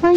欢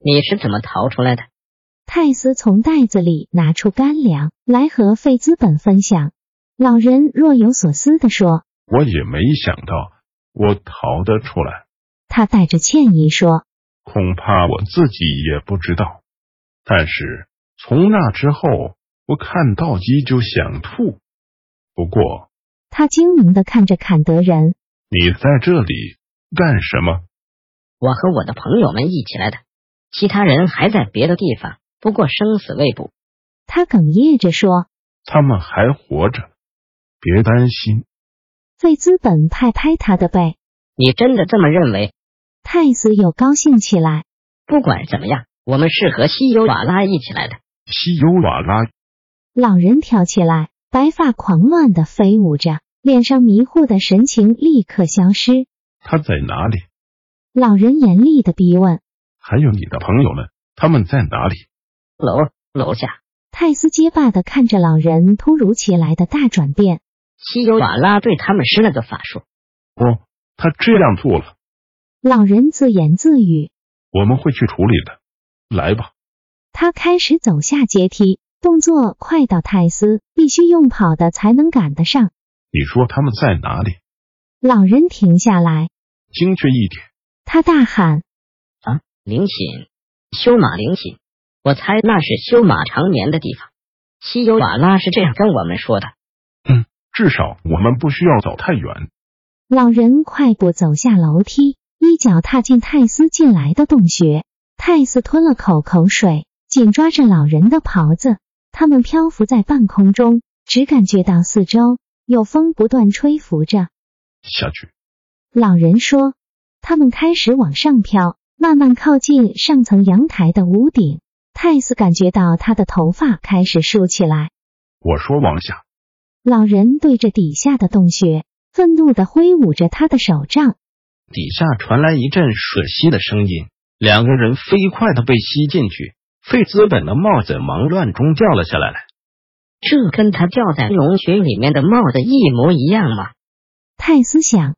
你是怎么逃出来的？泰斯从袋子里拿出干粮来和费资本分享。老人若有所思地说我也没想到我逃得出来，：“他带着歉意说，恐怕我自己也不知道。但是从那之后，我看到鸡就想吐。不过他精明地看着坎德人，你在这里干什么？我和我的朋友们一起来的，其他人还在别的地方，不过生死未卜。他哽咽着说。他们还活着，别担心。费资本拍拍他的背，你真的这么认为？泰斯又高兴起来。不管怎么样，我们是和西尤瓦拉一起来的。西尤瓦拉，老人跳起来，白发狂乱地飞舞着，脸上迷糊的神情立刻消失。他在哪里？老人严厉地逼问。还有你的朋友们，他们在哪里？楼楼下，泰斯结巴地看着老人突如其来的大转变，西尤瓦拉对他们施了个法术。哦，他这样做了，老人自言自语。我们会去处理的。来吧，他开始走下阶梯，动作快到泰斯必须用跑的才能赶得上。你说他们在哪里？老人停下来，精确一点。他大喊。灵寝，修马灵寝，我猜那是修马长眠的地方。西尤瓦拉是这样跟我们说的。至少我们不需要走太远。老人快步走下楼梯，一脚踏进泰斯进来的洞穴。泰斯吞了口口水，紧抓着老人的袍子。他们漂浮在半空中，只感觉到四周有风不断吹拂着。下去，老人说，他们开始往上飘，慢慢靠近上层阳台的屋顶。泰斯感觉到他的头发开始竖起来。我说往下，老人对着底下的洞穴愤怒地挥舞着他的手杖。底下传来一阵吮吸的声音，两个人飞快的被吸进去。费资本的帽子忙乱中掉了下来了。这跟他掉在龙穴里面的帽子一模一样吗？泰斯想，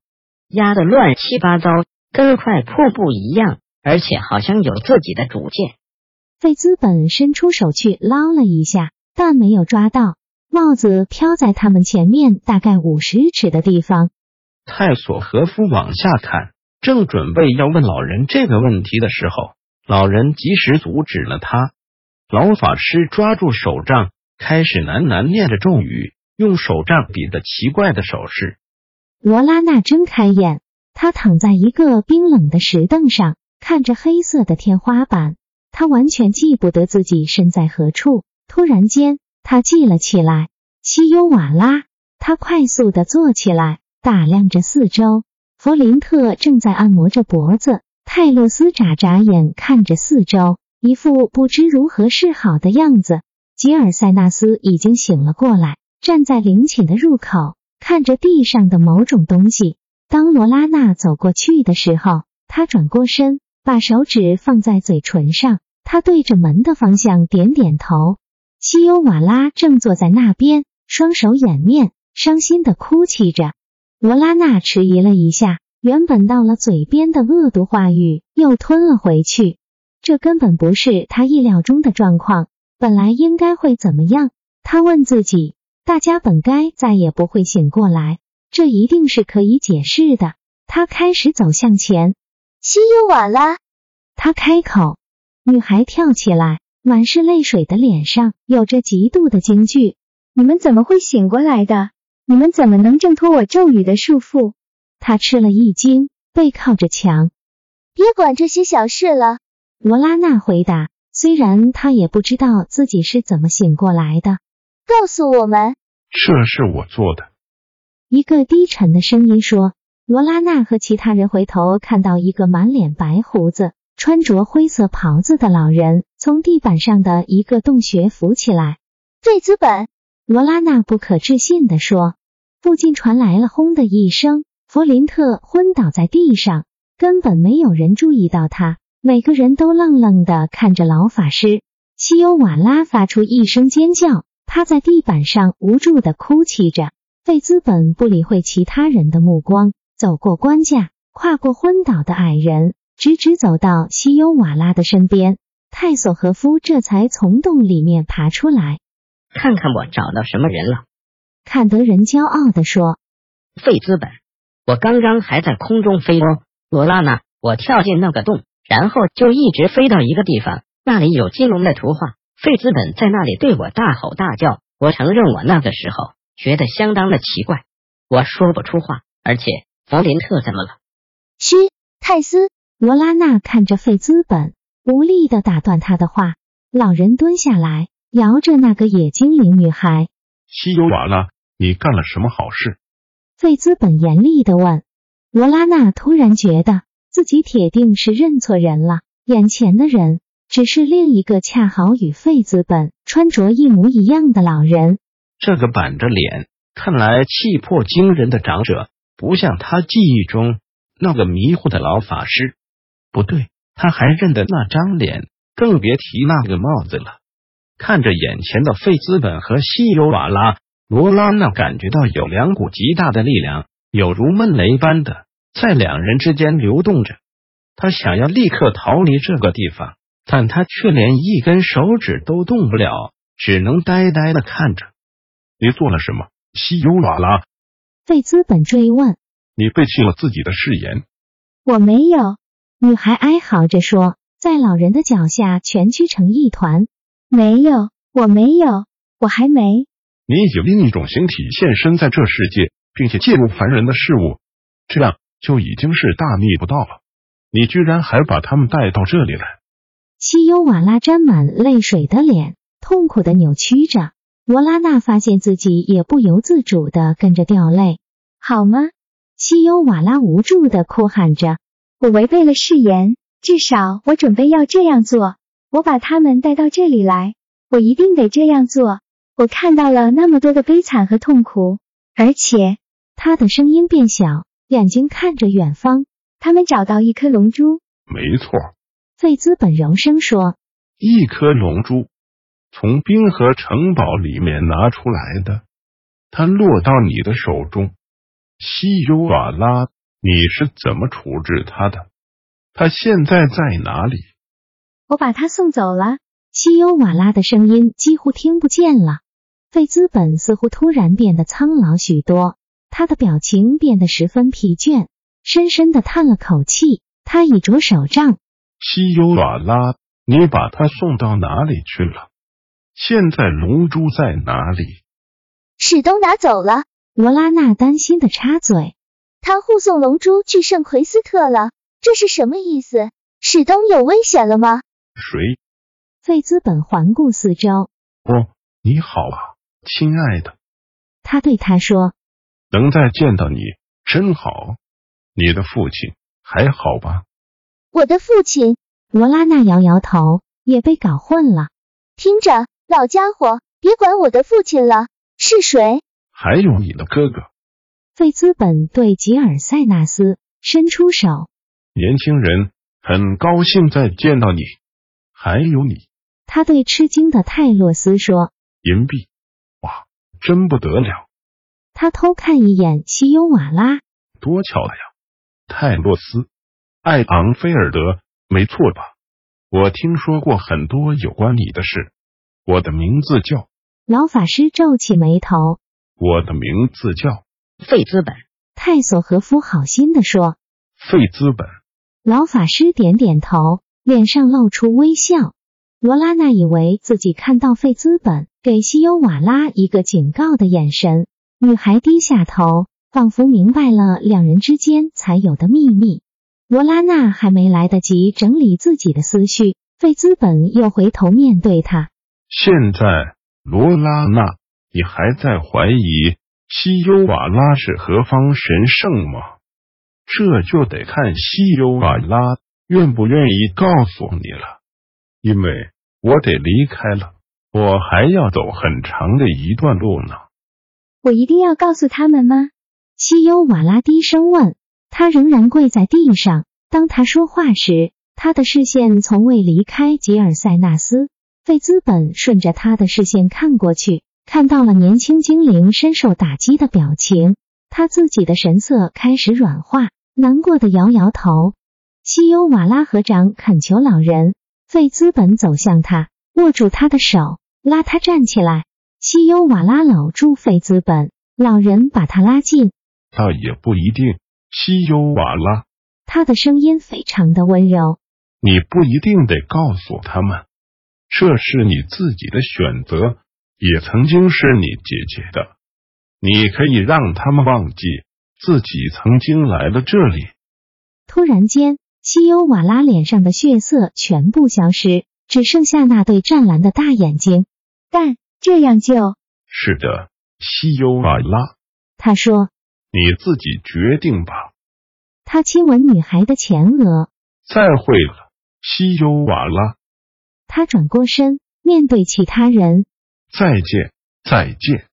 压得乱七八糟，跟块瀑布一样，而且好像有自己的主见。费资本伸出手去捞了一下，但没有抓到。帽子飘在他们前面大概五十尺的地方。泰索和夫往下看，正准备要问老人这个问题的时候，老人及时阻止了他。老法师抓住手杖，开始喃喃念着咒语，用手杖比着奇怪的手势。罗拉娜睁开眼，她躺在一个冰冷的石凳上，看着黑色的天花板。她完全记不得自己身在何处。突然间，她记了起来。西优瓦拉，她快速的坐起来，打量着四周。弗林特正在按摩着脖子，泰勒斯眨眨眼看着四周，一副不知如何是好的样子。吉尔塞纳斯已经醒了过来，站在陵寝的入口，看着地上的某种东西。当罗拉娜走过去的时候，他转过身，把手指放在嘴唇上，他对着门的方向点点头。西欧瓦拉正坐在那边，双手掩面，伤心的哭泣着。罗拉娜迟疑了一下，原本到了嘴边的恶毒话语又吞了回去。这根本不是他意料中的状况。本来应该会怎么样？他问自己，大家本该再也不会醒过来，这一定是可以解释的。他开始走向前，西柚晚了。他开口，女孩跳起来，满是泪水的脸上有着极度的惊惧。你们怎么会醒过来的？你们怎么能挣脱我咒语的束缚？他吃了一惊，背靠着墙。别管这些小事了，罗拉娜回答。虽然她也不知道自己是怎么醒过来的。告诉我们，这是我做的。一个低沉的声音说。罗拉娜和其他人回头看到一个满脸白胡子、穿着灰色袍子的老人从地板上的一个洞穴浮起来。最资本！罗拉娜不可置信地说。附近传来了轰的一声，弗林特昏倒在地上，根本没有人注意到他。每个人都愣愣的看着老法师。西欧瓦拉发出一声尖叫，趴在地板上无助的哭泣着。费兹本不理会其他人的目光，走过关架，跨过昏倒的矮人，直直走到西欧瓦拉的身边。泰索和夫这才从洞里面爬出来。看看我找到什么人了，坎德人骄傲地说。费兹本，我刚刚还在空中飞哦。罗拉娜，我跳进那个洞。然后就一直飞到一个地方，那里有金龙的图画。费兹本在那里对我大吼大叫。我承认，我那个时候觉得相当的奇怪，我说不出话。而且弗林特怎么了？嘘，泰斯。罗拉娜看着费兹本，无力的打断他的话。老人蹲下来，摇着那个野精灵女孩。西尤瓦拉，你干了什么好事？费兹本严厉的问。罗拉娜突然觉得。自己铁定是认错人了，眼前的人只是另一个恰好与费资本穿着一模一样的老人。这个板着脸、看来气魄惊人的长者，不像他记忆中那个迷糊的老法师。不对，他还认得那张脸，更别提那个帽子了。看着眼前的费资本和西尤瓦拉，罗拉娜感觉到有两股极大的力量，有如闷雷般的。在两人之间流动着，他想要立刻逃离这个地方，但他却连一根手指都动不了，只能呆呆的看着。你做了什么，西尤瓦拉？费兹本追问。你背弃了自己的誓言。我没有。女孩哀嚎着说，在老人的脚下蜷曲成一团。没有，我没有，我还没。你以另一种形体现身在这世界，并且介入凡人的事物，这样。就已经是大逆不道了！你居然还把他们带到这里来！西优瓦拉沾满泪水的脸痛苦的扭曲着。罗拉娜发现自己也不由自主的跟着掉泪。好吗？西优瓦拉无助的哭喊着：“我违背了誓言，至少我准备要这样做。我把他们带到这里来，我一定得这样做。我看到了那么多的悲惨和痛苦，而且……”他的声音变小。眼睛看着远方，他们找到一颗龙珠。没错，费兹本柔声说：“一颗龙珠，从冰河城堡里面拿出来的，它落到你的手中。西尤瓦拉，你是怎么处置它的？它现在在哪里？”我把它送走了。西尤瓦拉的声音几乎听不见了。费兹本似乎突然变得苍老许多。他的表情变得十分疲倦，深深的叹了口气。他已着手杖。西尤瓦拉，你把他送到哪里去了？现在龙珠在哪里？史东拿走了。罗拉娜担心的插嘴。他护送龙珠去圣奎斯特了，这是什么意思？史东有危险了吗？谁？费兹本环顾四周。哦，你好啊，亲爱的。他对他说。能再见到你真好，你的父亲还好吧？我的父亲，罗拉娜摇摇头，也被搞混了。听着，老家伙，别管我的父亲了，是谁？还有你的哥哥。费兹本对吉尔塞纳斯伸出手。年轻人，很高兴再见到你，还有你。他对吃惊的泰洛斯说：“银币，哇，真不得了！”他偷看一眼西优瓦拉，多巧呀！泰洛斯·艾昂菲尔德，没错吧？我听说过很多有关你的事。我的名字叫……老法师皱起眉头。我的名字叫费兹本。泰索和夫好心的说。费兹本。老法师点点头，脸上露出微笑。罗拉娜以为自己看到费兹本给西优瓦拉一个警告的眼神。女孩低下头，仿佛明白了两人之间才有的秘密。罗拉娜还没来得及整理自己的思绪，费兹本又回头面对她。现在，罗拉娜，你还在怀疑西优瓦拉是何方神圣吗？这就得看西优瓦拉愿不愿意告诉你了？因为我得离开了，我还要走很长的一段路呢。我一定要告诉他们吗？西优瓦拉低声问，他仍然跪在地上。当他说话时，他的视线从未离开吉尔塞纳斯。费兹本顺着他的视线看过去，看到了年轻精灵深受打击的表情，他自己的神色开始软化，难过的摇摇头。西优瓦拉河长恳求老人，费兹本走向他，握住他的手，拉他站起来。西优瓦拉搂住费兹本，老人把他拉近。倒也不一定，西优瓦拉，他的声音非常的温柔。你不一定得告诉他们，这是你自己的选择，也曾经是你姐姐的。你可以让他们忘记自己曾经来了这里。突然间，西优瓦拉脸上的血色全部消失，只剩下那对湛蓝的大眼睛。但这样就是的，西优瓦拉，他说。你自己决定吧。他亲吻女孩的前额。再会了，西优瓦拉。他转过身，面对其他人。再见，再见。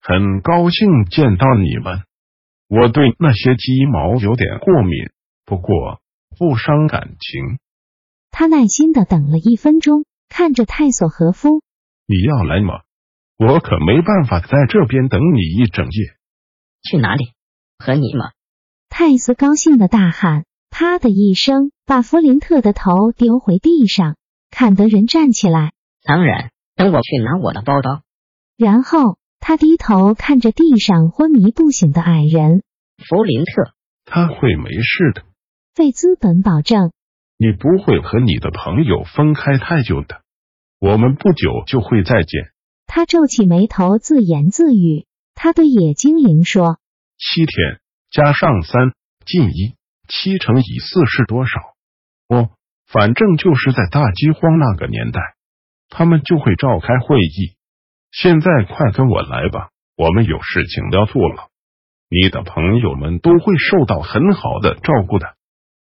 很高兴见到你们。我对那些鸡毛有点过敏，不过不伤感情。他耐心的等了一分钟，看着泰索和夫。你要来吗？我可没办法在这边等你一整夜。去哪里？和你吗？泰斯高兴的大喊，啪的一声，把弗林特的头丢回地上。坎德人站起来，当然，等我去拿我的包包。然后他低头看着地上昏迷不醒的矮人弗林特，他会没事的。费兹本保证，你不会和你的朋友分开太久的。我们不久就会再见。他皱起眉头，自言自语。他对野精灵说：“七天加上三进一，七乘以四是多少？哦，反正就是在大饥荒那个年代，他们就会召开会议。现在快跟我来吧，我们有事情要做了。你的朋友们都会受到很好的照顾的，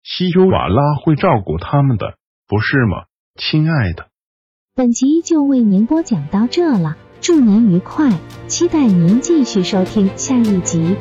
西优瓦拉会照顾他们的，不是吗，亲爱的？”本集就为您播讲到这了。祝您愉快，期待您继续收听下一集。